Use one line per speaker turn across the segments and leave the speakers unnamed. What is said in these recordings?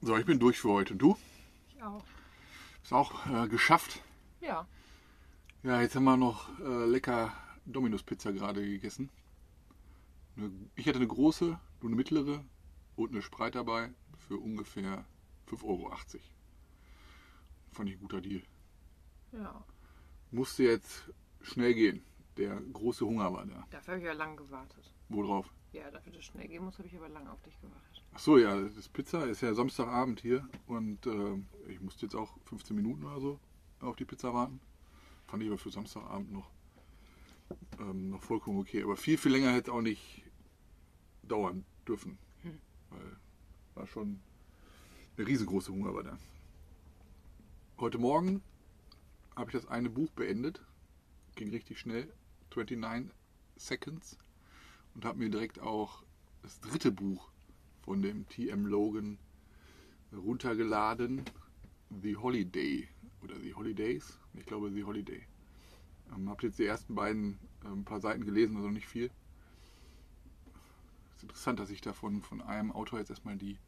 So, ich bin durch für heute. Und du?
Ich auch.
Ist auch äh, geschafft.
Ja.
Ja, jetzt haben wir noch äh, lecker Dominus-Pizza gerade gegessen. Eine, ich hatte eine große, du eine mittlere und eine Spreit dabei für ungefähr 5,80 Euro. Fand ich ein guter Deal.
Ja.
Musste jetzt schnell gehen. Der große Hunger war da.
Dafür habe ich ja lang gewartet.
Worauf?
Ja, dafür, dass es schnell gehen muss, habe ich aber lange auf dich gewartet.
Ach so, ja, das ist Pizza ist ja Samstagabend hier und ähm, ich musste jetzt auch 15 Minuten oder so auf die Pizza warten. Fand ich aber für Samstagabend noch, ähm, noch vollkommen okay. Aber viel, viel länger hätte es auch nicht dauern dürfen. Weil war schon eine riesengroße Hunger war da. Heute Morgen habe ich das eine Buch beendet. Ging richtig schnell. 29 Seconds. Und habe mir direkt auch das dritte Buch von dem TM Logan runtergeladen. The Holiday. Oder The Holidays. Ich glaube The Holiday. Ähm, habt jetzt die ersten beiden ähm, paar Seiten gelesen, also nicht viel. Es ist interessant, dass ich davon von einem Autor jetzt erstmal die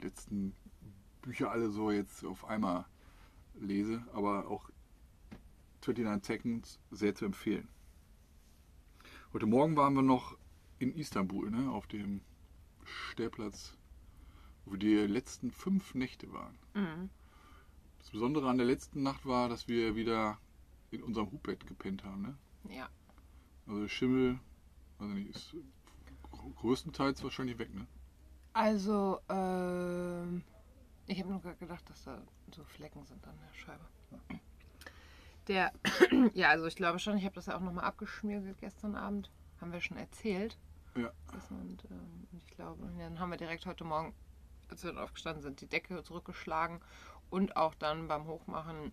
letzten Bücher alle so jetzt auf einmal lese, aber auch 29 Seconds sehr zu empfehlen. Heute Morgen waren wir noch in Istanbul, ne, auf dem Stellplatz, wo wir die letzten fünf Nächte waren.
Mhm.
Das Besondere an der letzten Nacht war, dass wir wieder in unserem Hubbett gepennt haben. Ne?
Ja.
Also Schimmel, weiß ich nicht, ist größtenteils wahrscheinlich weg. Ne?
Also, ähm, ich habe nur gerade gedacht, dass da so Flecken sind an der Scheibe. Der, ja, also ich glaube schon, ich habe das ja auch nochmal abgeschmirgelt gestern Abend. Haben wir schon erzählt.
Ja.
Das Und ähm, und ich glaube, und dann haben wir direkt heute Morgen, als wir dann aufgestanden sind, die Decke zurückgeschlagen und auch dann beim Hochmachen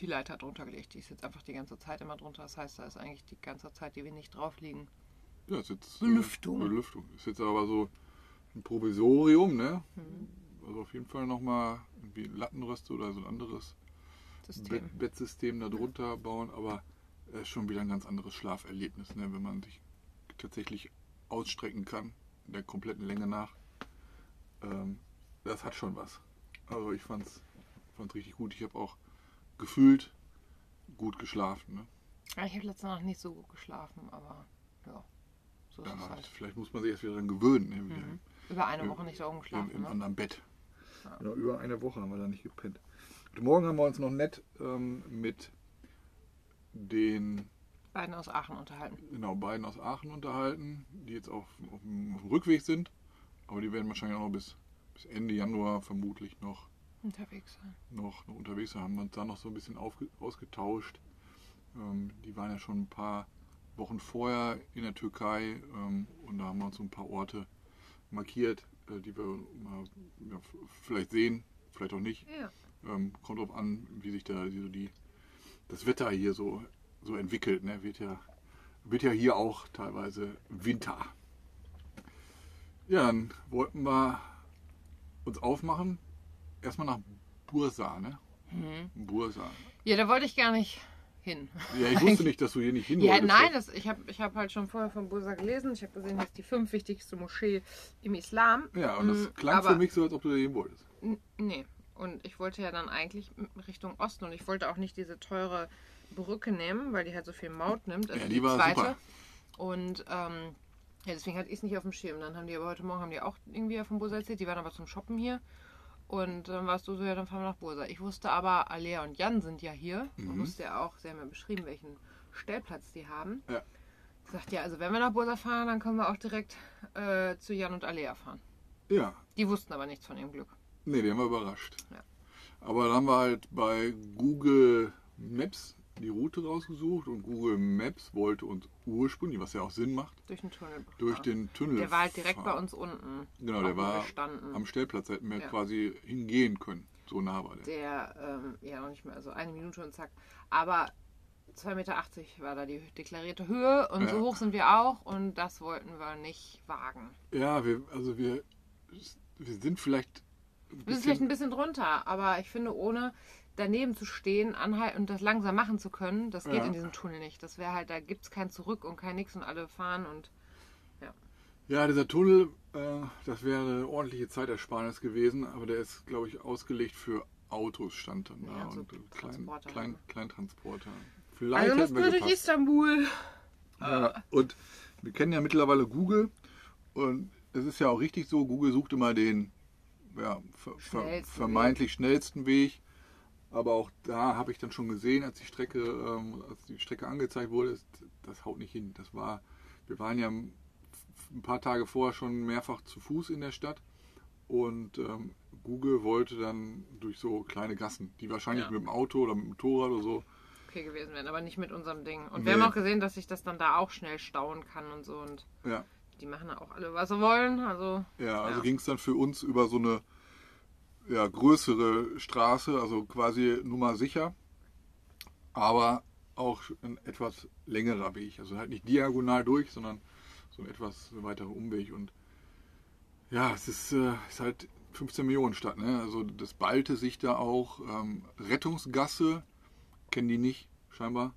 die Leiter drunter gelegt. Die ist jetzt einfach die ganze Zeit immer drunter. Das heißt, da ist eigentlich die ganze Zeit, die wir nicht drauf liegen.
Ja, ist jetzt
Belüftung.
Äh, Belüftung. Ist jetzt aber so ein Provisorium, ne? Also auf jeden Fall nochmal irgendwie Lattenröste oder so ein anderes Be-
System.
Bettsystem da drunter bauen, aber es ist schon wieder ein ganz anderes Schlaferlebnis, ne? wenn man sich tatsächlich ausstrecken kann, in der kompletten Länge nach. Ähm, das hat schon was. Also ich fand's, fand's richtig gut. Ich habe auch gefühlt gut geschlafen. Ne?
Ja, Ich habe letzte Nacht nicht so gut geschlafen, aber ja, so ist es
Ja,
halt.
vielleicht muss man sich erst wieder dran gewöhnen, ne? wieder
Mhm. Über eine
Im-
Woche nicht da oben
im,
geschlafen.
im
Ne?
anderen Bett.
Ja.
Genau, über eine Woche haben wir da nicht gepennt. Heute Morgen haben wir uns noch nett ähm, mit den
Beiden aus Aachen unterhalten.
genau, beiden aus Aachen unterhalten, die jetzt auf, auf, dem, auf dem Rückweg sind. Aber die werden wahrscheinlich auch noch bis, bis Ende Januar vermutlich noch,
Unterwegs sein.
noch, noch unterwegs sein. Haben uns da noch so ein bisschen aufge, ausgetauscht. Ähm, die waren ja schon ein paar Wochen vorher in der Türkei ähm, und da haben wir uns so ein paar Orte markiert, äh, die wir mal, ja, f- vielleicht sehen, vielleicht auch nicht.
Ja.
Ähm, kommt drauf an, wie sich da die, so die, das Wetter hier so, so entwickelt. Ne? Wird, ja, wird ja hier auch teilweise Winter. Ja, dann wollten wir uns aufmachen. Erstmal nach Bursa, ne?
Mhm.
Bursa.
ja, da wollte ich gar nicht hin.
Ja, ich wusste nicht, dass du hier nicht hin
Ja,
wolltest.
nein, das, ich habe ich hab halt schon vorher von Bursa gelesen. Ich habe gesehen, das ist die fünf wichtigste Moschee im Islam.
Ja, und das
Mm,
klang
aber,
für mich so, als ob du da hin wolltest.
N- Nee. Und ich wollte ja dann eigentlich m- Richtung Osten und ich wollte auch nicht diese teure Brücke nehmen, weil die halt so viel Maut nimmt. Also
Ja, die war super.
Und ähm, ja, deswegen hatte ich es nicht auf dem Schirm. Dann haben die aber heute Morgen haben die auch irgendwie vom Bursa erzählt. Die waren aber zum Shoppen hier. Und dann warst du so, ja, dann fahren wir nach Bursa. Ich wusste aber, Alea und Jan sind ja hier. Und
Mhm.
wusste ja auch, sie haben ja beschrieben, welchen Stellplatz die haben.
Ja.
Ich sagte, ja, also wenn wir nach Bursa fahren, dann können wir auch direkt äh, zu Jan und Alea fahren.
Ja,
Die wussten aber nichts von ihrem Glück.
Nee, die haben wir überrascht.
Ja.
Aber dann haben wir halt bei Google Maps die Route rausgesucht und Google Maps wollte uns ursprünglich, was ja auch Sinn macht,
Durch den Tunnel.
durch
Ja.
den Tunnel.
Der war halt direkt bei
fahren.
uns unten.
Genau,
auch
der
wo
war
wir standen.
am Stellplatz, hätten wir
Ja.
quasi hingehen können. So nah war der.
Der, ähm, ja, noch nicht mehr, also eine Minute und zack. Aber 2,80 Meter war da die deklarierte Höhe und
Ja.
so hoch sind wir auch und das wollten wir nicht wagen.
Ja, wir, also wir, wir sind vielleicht. ein
Wir sind
bisschen-
vielleicht ein bisschen drunter, aber ich finde, ohne daneben zu stehen, anhalten und das langsam machen zu können, das geht
Ja.
in diesem Tunnel nicht. Das wäre halt, da gibt es kein Zurück und kein Nix und alle fahren und
Ja, dieser Tunnel, äh, das wäre eine ordentliche Zeitersparnis gewesen, aber der ist, glaube ich, ausgelegt für Autos, stand dann da.
Ja, so
und äh, klein,
Transporter.
klein, Kleintransporter. Vielleicht
also muss
hätten wir
man durch
gepasst.
Istanbul.
Ja, Äh, und wir kennen ja mittlerweile Google und es ist ja auch richtig so, Google sucht immer den ja, ver ver
Schnellsten
vermeintlich schnellsten Weg. Aber auch da habe ich dann schon gesehen, als die Strecke, ähm, als die Strecke angezeigt wurde, ist, das haut nicht hin. Das war, wir waren ja ein paar Tage vorher schon mehrfach zu Fuß in der Stadt und ähm, Google wollte dann durch so kleine Gassen, die wahrscheinlich
Ja.
mit dem Auto oder mit dem Motorrad oder so
okay gewesen wären, aber nicht mit unserem Ding. Und
Nee.
wir haben auch gesehen, dass sich das dann da auch schnell stauen kann und so. Und
ja,
die machen auch alle, was sie wollen. Also
Ja, also
Ja.
ging es dann für uns über so eine ja, größere Straße, also quasi Nummer sicher, aber auch ein etwas längerer Weg. Also halt nicht diagonal durch, sondern so ein etwas weiterer Umweg. Und ja, es ist, äh, ist halt 15 Millionen Stadt. Ne? Also das ballte sich da auch. Ähm, Rettungsgasse kennen die nicht, scheinbar.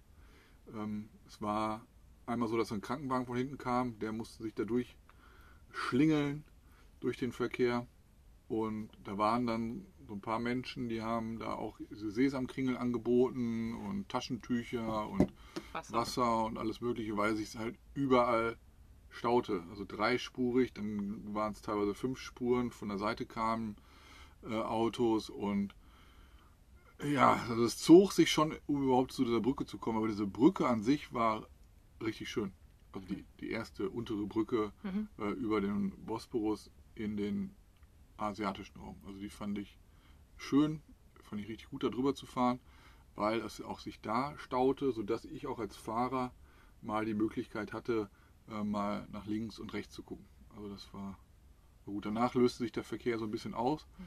Ähm, es war einmal so, dass ein Krankenwagen von hinten kam, der musste sich da durchschlingeln durch den Verkehr. Und da waren dann so ein paar Menschen, die haben da auch diese Sesamkringel angeboten und Taschentücher und
was.
Wasser und alles Mögliche, weil sich halt überall staute. Also dreispurig, dann waren es teilweise fünf Spuren, von der Seite kamen äh, Autos und ja, also es zog sich schon, um überhaupt zu dieser Brücke zu kommen, aber diese Brücke an sich war richtig schön. Also die, die erste untere Brücke
Mhm.
äh, über den Bosporus in den asiatischen Raum. Also die fand ich schön, fand ich richtig gut, da drüber zu fahren, weil es auch sich da staute, sodass ich auch als Fahrer mal die Möglichkeit hatte, äh, mal nach links und rechts zu gucken. Also das war war gut. Danach löste sich der Verkehr so ein bisschen aus,
Mhm.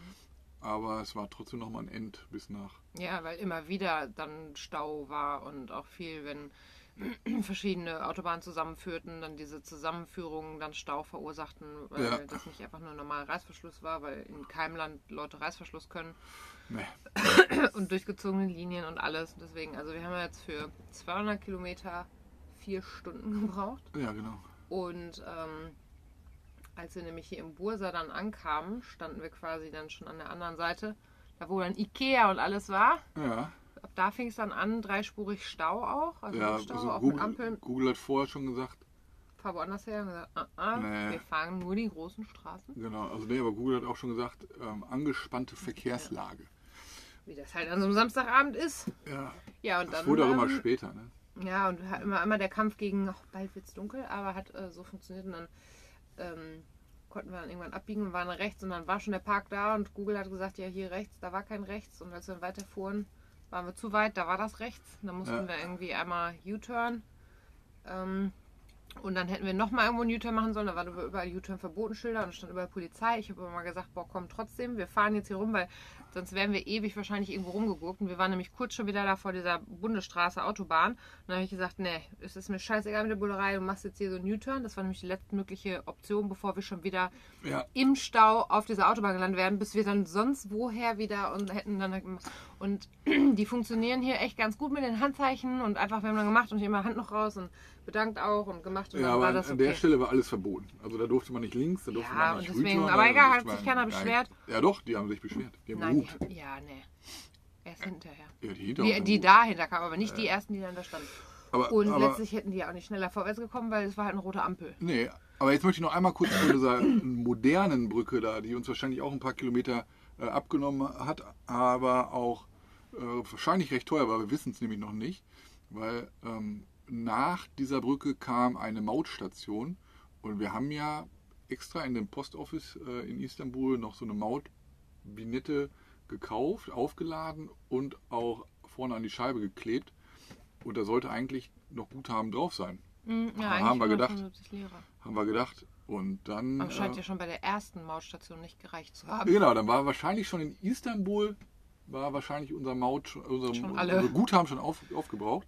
aber es war trotzdem nochmal ein End bis nach.
Ja, weil immer wieder dann Stau war und auch viel, wenn verschiedene Autobahnen zusammenführten, dann diese Zusammenführungen dann Stau verursachten, weil
Ja.
das nicht einfach nur ein normaler Reißverschluss war, weil in keinem Land Leute Reißverschluss können
Nee.
und durchgezogene Linien und alles. Deswegen, also wir haben ja jetzt für 200 Kilometer vier Stunden gebraucht.
Ja, genau.
Und ähm, als wir nämlich hier im Bursa dann ankamen, standen wir quasi dann schon an der anderen Seite, da wo dann Ikea und alles war.
Ja,
Ab da fing es dann an, dreispurig Stau auch. Also
ja
Stau,
also
auch mit
Google,
Ampeln.
Google hat vorher schon gesagt,
Fahr woanders her und gesagt, ah, ah,
Nee.
wir fahren nur die großen Straßen.
genau, also nee, aber Google hat auch schon gesagt, ähm, angespannte Verkehrslage.
Wie das halt an so einem Samstagabend ist.
Ja,
Ja, und
das
dann.
wurde auch immer
ähm,
später, ne?
Ja, und hat immer, immer der Kampf gegen, ach, bald wird's dunkel, aber hat äh, so funktioniert. Und dann ähm, konnten wir dann irgendwann abbiegen und waren rechts und dann war schon der Park da und Google hat gesagt, ja, hier rechts, da war kein rechts. Und als wir dann weiterfuhren, waren wir zu weit, da war das rechts. Und dann mussten
Ja.
wir irgendwie einmal U-Turn. Ähm, und dann hätten wir nochmal irgendwo einen U-Turn machen sollen. Da waren überall U-Turn Verbotenschilder und es stand überall Polizei. Ich habe immer mal gesagt, boah, komm trotzdem, wir fahren jetzt hier rum, weil sonst wären wir ewig wahrscheinlich irgendwo rumgeguckt. Und wir waren nämlich kurz schon wieder da vor dieser Bundesstraße, Autobahn. Und dann habe ich gesagt, nee, es ist mir scheißegal mit der Bullerei, du machst jetzt hier so einen U-Turn. Das war nämlich die letztmögliche Option, bevor wir schon wieder
Ja,
im Stau auf dieser Autobahn gelandet werden, bis wir dann sonst woher wieder und hätten dann und die funktionieren hier echt ganz gut mit den Handzeichen und einfach wir haben dann gemacht und immer Hand noch raus und bedankt auch und gemacht und
ja
dann
aber
war
an,
das
an
okay.
der Stelle war alles verboten. Also da durfte man nicht links, da durfte
Ja,
man
und
nicht
deswegen-
rüber,
aber
da
egal,
durfte
hat sich
man-
keiner beschwert?
Ja doch, die haben sich beschwert. Die haben
Nein,
gehupt.
die, ja, nee. Erst hinterher.
Ja, die, hinter uns
Die,
haben
die
gehupt.
dahinter kamen, aber nicht die ersten, die dann da standen.
Aber,
Und
aber,
letztlich hätten die ja auch nicht schneller vorwärts gekommen, weil es war halt eine rote Ampel.
Nee, aber jetzt möchte ich noch einmal kurz von dieser modernen Brücke da, die uns wahrscheinlich auch ein paar Kilometer äh, abgenommen hat, aber auch äh, wahrscheinlich recht teuer war. Wir wissen es nämlich noch nicht, weil ähm, nach dieser Brücke kam eine Mautstation und wir haben ja extra in dem Postoffice äh, in Istanbul noch so eine Mautbinette gekauft, aufgeladen und auch vorne an die Scheibe geklebt. Und da sollte eigentlich noch Guthaben drauf sein
Mhm, ja,
Haben
eigentlich
wir gedacht.
175 Lira.
haben wir gedacht. Und dann.
Aber scheint
äh,
ja schon bei der ersten Mautstation nicht gereicht zu haben.
genau, dann war wahrscheinlich schon in Istanbul, war wahrscheinlich unser Maut, schon- unsere,
Schon alle.
unsere Guthaben schon auf, aufgebraucht.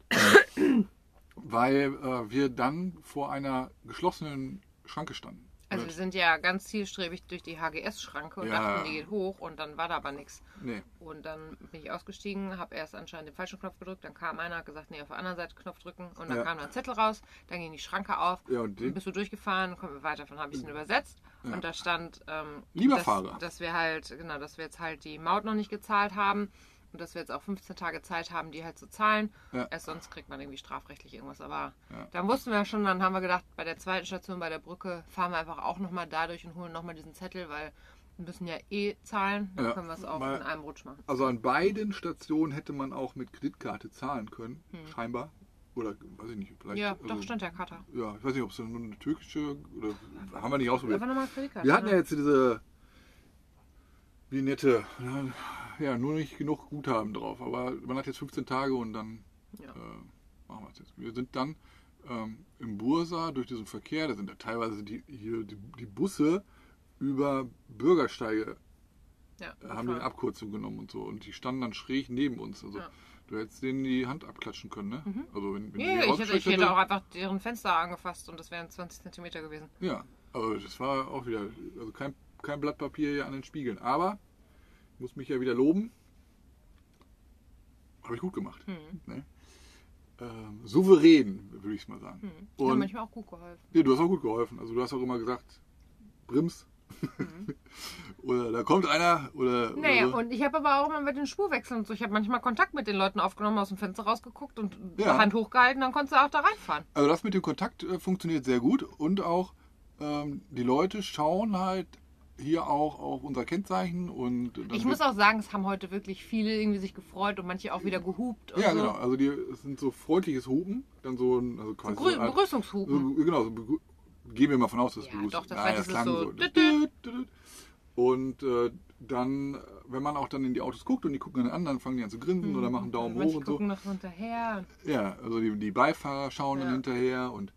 weil äh, wir dann vor einer geschlossenen Schranke standen.
Also wir sind ja ganz zielstrebig durch die HGS-Schranke und
Ja.
dachten, die geht hoch und dann war da aber nichts.
Nee,
Und dann bin ich ausgestiegen, habe erst anscheinend den falschen Knopf gedrückt, dann kam einer, hat gesagt, nee, auf der anderen Seite Knopf drücken und dann
Ja.
kam dann ein Zettel raus, dann ging die Schranke auf,
Ja, und die-
dann bist du durchgefahren, dann kommen wir weiter, dann habe ich den übersetzt und da stand, ähm,
Hm. Lieber
dass,
Fahrer.
dass wir halt, genau, dass wir jetzt halt die Maut noch nicht gezahlt haben und dass wir jetzt auch 15 Tage Zeit haben, die halt zu zahlen.
Ja.
Erst sonst kriegt man irgendwie strafrechtlich irgendwas. Aber dann wussten wir schon, dann haben wir gedacht, bei der zweiten Station, bei der Brücke, fahren wir einfach auch nochmal dadurch und holen nochmal diesen Zettel, weil wir müssen ja eh zahlen, dann
Ja,
können wir es auch
weil-
in einem Rutsch machen.
also an beiden Stationen hätte man auch mit Kreditkarte zahlen können, scheinbar. Oder weiß ich nicht, vielleicht.
Hm. Ja,
also,
doch, stand der Kater.
Ja, ich weiß nicht, ob es nur eine türkische oder haben wir nicht ausprobiert.
Einfach nochmal Kreditkarte.
Wir hatten
ne?
ja jetzt diese Vignette. na, Ja, nur nicht genug Guthaben drauf. Aber man hat jetzt 15 Tage und dann
Ja.
äh, machen wir es jetzt. Wir sind dann ähm, im Bursa durch diesen Verkehr. Da sind ja teilweise die, hier die, die Busse über Bürgersteige äh,
ja,
haben die eine Abkürzung genommen und so. Und die standen dann schräg neben uns. Also
Ja. Mhm.
du hättest denen die Hand abklatschen können, ne? Also wenn, wenn
Ja,
die
ja, ich, hätte,
rausgestreckt
ich hätte
hätte-
auch einfach deren Fenster angefasst und das wären 20 Zentimeter gewesen.
Ja, aber das war auch wieder, also kein, kein Blatt Papier hier an den Spiegeln. Aber ich muss mich ja wieder loben. Habe ich gut gemacht.
Hm.
Ne? Ähm, souverän, würde ich es mal sagen.
Die haben
Und
Hm. manchmal auch gut geholfen.
ja, du hast auch gut geholfen. Also du hast auch immer gesagt, Brims. oder da kommt einer oder,
Hm. Naja,
oder so.
und ich habe aber auch immer mit den Spurwechseln und so. Ich habe manchmal Kontakt mit den Leuten aufgenommen, aus dem Fenster rausgeguckt und
Ja.
Hand hochgehalten, dann konntest du auch da reinfahren.
Also das mit dem Kontakt äh, funktioniert sehr gut und auch ähm, die Leute schauen halt hier auch auf unser Kennzeichen und dann
ich
wird-
muss auch sagen, es haben heute wirklich viele irgendwie sich gefreut und manche auch wieder gehupt. Und
Ja,
so.
genau. Also die es sind so freundliches Hupen, dann so ein also quasi
Begrü
so ein-
Begrüßungshupen.
so, genau, so begrü- gehen wir mal von aus, dass
Ja,
begrüßt.
doch, das
Nein,
war dieses so
Das-
düt,
Und äh, dann, wenn man auch dann in die Autos guckt und die gucken an den anderen, fangen die an zu grinsen oder machen Daumen hoch
Mhm. manche
und so.
gucken noch so hinterher.
Ja, also die, die Beifahrer schauen dann
Ja.
hinterher und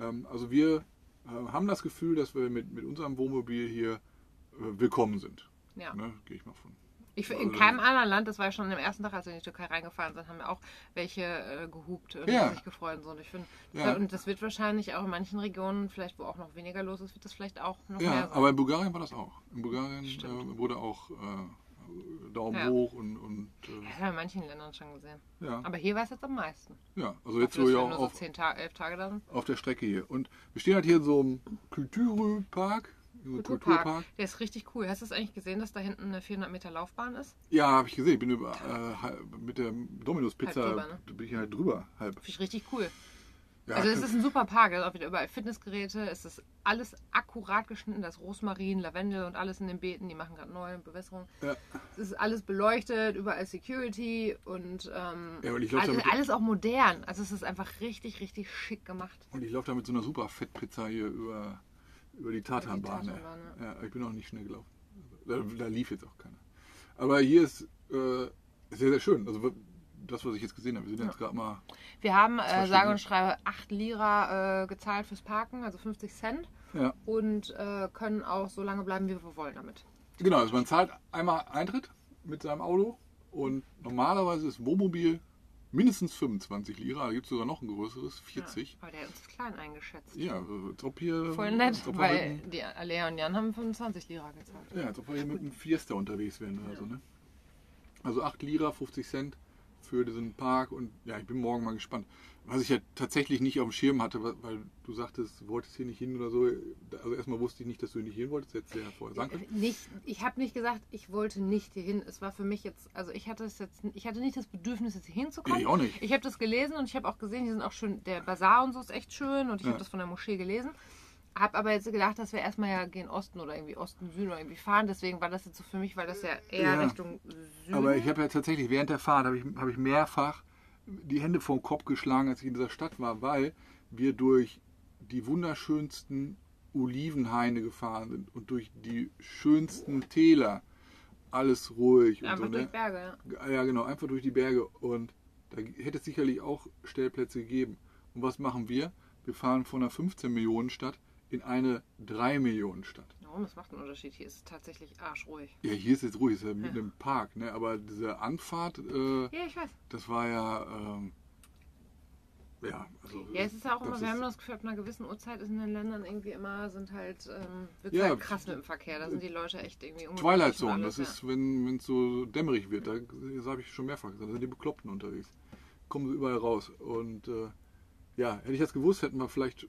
ähm, also wir äh, haben das Gefühl, dass wir mit, mit unserem Wohnmobil hier äh, willkommen sind.
Ja.
Ne? Gehe ich mal von.
Ich, find,
Also-
in keinem anderen Land, das war ja schon am ersten Tag, als wir in die Türkei reingefahren sind, haben wir auch welche äh, gehupt und
Ja.
sich gefreut und so. Und ich finde,
Ja.
und das wird wahrscheinlich auch in manchen Regionen, vielleicht wo auch noch weniger los ist, wird das vielleicht auch noch
Ja,
mehr sein.
aber in Bulgarien war das auch. In Bulgarien
Stimmt.
äh, wurde auch äh, Daumen
Ja.
hoch und, und
das
äh,
haben wir in manchen Ländern schon gesehen.
ja.
Aber hier war es jetzt am meisten.
ja. Also jetzt
Dafür,
so
dass
ja
wir
auch
nur so
auf,
zehn Tage, elf Tage da sind.
auf der Strecke hier. Und wir stehen halt hier in so einem Kulturpark. in so einem
Kulturpark. Der ist richtig cool. Hast du es eigentlich gesehen, dass da hinten eine 400 Meter Laufbahn ist?
Ja, habe ich gesehen. Ich bin über, äh, halb- mit der Dominus Pizza
Halb drüber, ne?
bin ich halt drüber halb.
Finde ich richtig cool.
Ja,
Also es ist ein super Park, da ist auch wieder überall Fitnessgeräte, es ist alles akkurat geschnitten, da ist Rosmarin, Lavendel und alles in den Beeten, die machen gerade neue Bewässerung.
Ja.
Es ist alles beleuchtet, überall Security und ähm,
Ja, und ich glaub,
alles,
damit-
alles auch modern. Also es ist einfach richtig, richtig schick gemacht.
und ich laufe da mit so einer super Fettpizza hier über, über die Tatanbahn. ne?
Tatanbahn,
Ja, ich bin auch nicht schnell gelaufen. Da, da lief jetzt auch keiner. Aber hier ist äh, sehr, sehr schön. Also das, was ich jetzt gesehen habe. Wir sind jetzt gerade mal
Wir haben äh,
Stunden.
sage und schreibe 8 Lira äh, gezahlt fürs Parken, also 50 Cent
Ja,
und äh, können auch so lange bleiben, wie wir wollen damit.
genau. Also man zahlt einmal Eintritt mit seinem Auto und normalerweise ist Wohnmobil mindestens 25 Lira. Da gibt es sogar noch ein größeres, 40.
Aber der hat uns klein eingeschätzt.
Ja, also als ob hier.
Voll nett,
als ob wir
weil
mit
die Alea und Jan haben 25 Lira gezahlt.
einem- ja, als ob wir hier mit einem Fiesta unterwegs wären oder so, ne? Also 8 Lira, 50 Cent für diesen Park und ja, ich bin morgen mal gespannt. Was ich ja tatsächlich nicht auf dem Schirm hatte, weil- weil du sagtest, du wolltest hier nicht hin oder so. Also erstmal wusste ich nicht, dass du nicht hin wolltest, jetzt sehr vorher sagen. können.
Nicht, ich habe nicht gesagt, ich wollte nicht hier hin. Es war für mich jetzt, also ich hatte es jetzt, ich hatte nicht das Bedürfnis, jetzt hier hinzukommen.
Ja, ich auch nicht.
Ich habe das gelesen und ich habe auch gesehen, die sind auch schön, der Bazar und so ist echt schön und ich
Ja.
habe das von der Moschee gelesen. Habe aber jetzt gedacht, dass wir erstmal ja gehen Osten oder irgendwie Osten, Süden oder irgendwie fahren. Deswegen war das jetzt so für mich, weil das ja eher
Ja.
Richtung Süden.
Aber ich habe ja tatsächlich während der Fahrt habe ich, hab ich mehrfach die Hände vor den Kopf geschlagen, als ich in dieser Stadt war, weil wir durch die wunderschönsten Olivenhaine gefahren sind und durch die schönsten Täler. Alles ruhig
einfach
und so.
durch
Ne?
Berge. ja.
Ja, genau, einfach durch die Berge. Und da hätte es sicherlich auch Stellplätze gegeben. Und was machen wir? Wir fahren von einer 15 Millionen Stadt in eine 3 Millionen Stadt.
Warum? Es macht einen Unterschied. Hier ist es tatsächlich arschruhig.
Ja, hier ist jetzt ruhig, ist ja mitten im Park, ne? Aber diese Anfahrt. Äh,
Ja, ich weiß.
das war ja, ähm, Ja, also.
Ja, es ist ja auch immer,
das
wir
ist-
haben das Gefühl, ab einer gewissen Uhrzeit ist in den Ländern irgendwie immer, sind halt, ähm, wird
Ja, äh,
halt krass mit dem Verkehr. Da sind die Leute echt irgendwie unglücklich
Twilight
und
Zone,
alles,
das ist, wenn es so dämmerig wird, da, das habe ich schon mehrfach gesagt, da sind die Bekloppten unterwegs. Kommen sie überall raus. Und äh, ja, hätte ich das gewusst, hätten wir vielleicht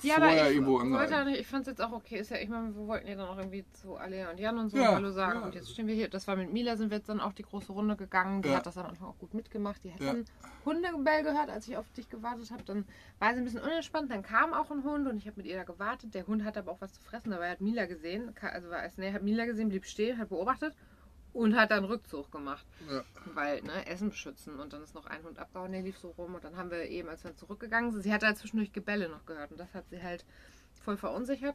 ja. ja,
vorher
aber ich
irgendwo
wollte auch
angehalten.
nicht, ich fand es jetzt auch okay, ist ja, ich meine, wir wollten ja dann auch irgendwie zu Alea und Jan und so
Ja,
Hallo sagen.
ja.
Und jetzt stehen wir hier, das war mit Mila, sind wir jetzt dann auch die große Runde gegangen, die
Ja.
hat das am Anfang auch gut mitgemacht, die hat dann Hundebell gehört, als ich auf dich gewartet habe, dann war sie ein bisschen unentspannt, dann kam auch ein Hund und ich habe mit ihr da gewartet, der Hund hat aber auch was zu fressen, dabei hat Mila gesehen, ka- also war als nee, hat Mila gesehen, blieb stehen, hat beobachtet und hat dann Rückzug gemacht.
Ja.
weil ne, Essen beschützen und dann ist noch ein Hund abgehauen, der lief so rum und dann haben wir eben, als wir zurückgegangen sind, sie hat halt zwischendurch Gebelle noch gehört und das hat sie halt voll verunsichert.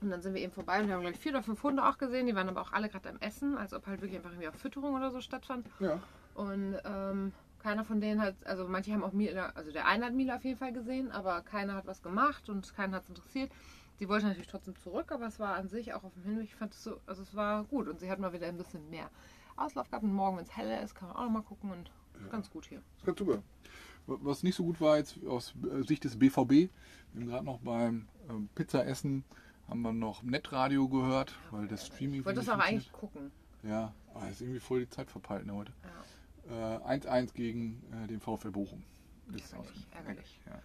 Und dann sind wir eben vorbei und wir haben, glaube ich, vier oder fünf Hunde auch gesehen, die waren aber auch alle gerade am Essen, als ob halt wirklich einfach irgendwie auf Fütterung oder so stattfand.
Ja.
Und ähm, keiner von denen hat, also manche haben auch Mila, also der eine hat Mila auf jeden Fall gesehen, aber keiner hat was gemacht und keiner hat es interessiert. Sie wollte natürlich trotzdem zurück, aber es war an sich auch auf dem Hinweg, ich fand es so, also es war gut und sie hat mal wieder ein bisschen mehr Auslauf gehabt und morgen, wenn es heller ist, kann man auch noch mal gucken und ist ganz gut hier.
Ist ganz super. Was nicht so gut war jetzt aus äh, Sicht des BVB, wir haben gerade noch beim ähm, Pizzaessen haben wir noch Netradio gehört, weil das Streaming.
Ich wollte das
nicht
auch
funktioniert.
eigentlich gucken.
Ja, aber ist irgendwie voll die Zeit verpeilt ne, heute.
Ja.
Äh, 1-1 gegen äh, den VfL Bochum. Ist
Ärgerlich,
ausgegangen.
ärgerlich.
Ja,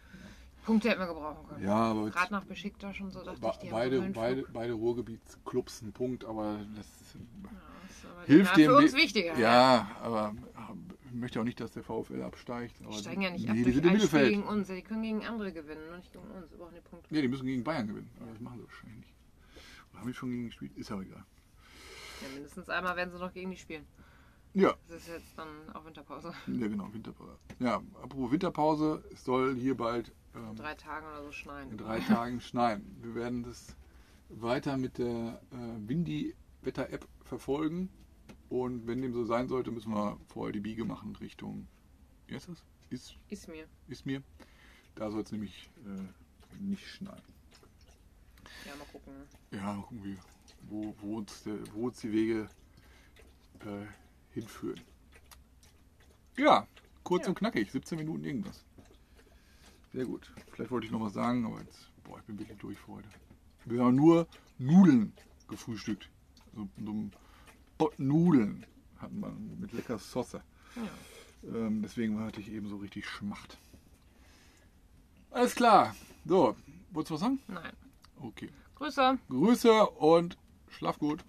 Punkte hätten wir gebrauchen können.
ja aber jetzt-
Gerade nach Besiktas und so dachte
Be
ich, die
beide,
haben so einen
beide, beide Ruhrgebietsclubs einen Punkt, aber das
Flug. Ja, das ist aber
hilft
ja,
dem.
für uns
nicht.
wichtiger.
Ja, aber ich möchte auch nicht, dass der VfL absteigt. Aber
Die steigen ja nicht ab
nee, die
durch
sind in
ein Spiel
Bielefeld.
gegen uns. Die können gegen andere gewinnen und nicht gegen uns. Wir brauchen die Punkte.
Ja, die müssen gegen Bayern gewinnen, aber das machen sie wahrscheinlich nicht. Oder haben die schon gegen gespielt? Ist ja egal.
Ja, mindestens einmal werden sie noch gegen die spielen.
Ja,
Das ist jetzt dann auch Winterpause.
ja genau, Winterpause. Ja, apropos Winterpause, es soll hier bald ähm,
In drei Tagen oder so schneien.
in drei Tagen schneien. Wir werden das weiter mit der äh, Windy-Wetter-App verfolgen. Und wenn dem so sein sollte, müssen wir vorher die Biege machen Richtung. Wie heißt das? Ist,
Ist mir.
ist mir. Da soll es nämlich äh, nicht schneien.
Ja, mal gucken. ne?
Ja, gucken wir, wo, wo, uns, der, wo uns die Wege äh, hinführen. Ja, kurz
Ja.
und knackig, 17 Minuten irgendwas. Sehr gut. Vielleicht wollte ich noch was sagen, aber jetzt, boah, ich bin wirklich durch für heute. Wir haben nur Nudeln gefrühstückt. So, so ein Pot Nudeln hatten wir mit lecker Sauce.
Ja.
Ähm, deswegen hatte ich eben so richtig Schmacht. Alles klar. So, wolltest du was sagen?
Nein.
Okay.
Grüße.
Grüße und schlaf gut.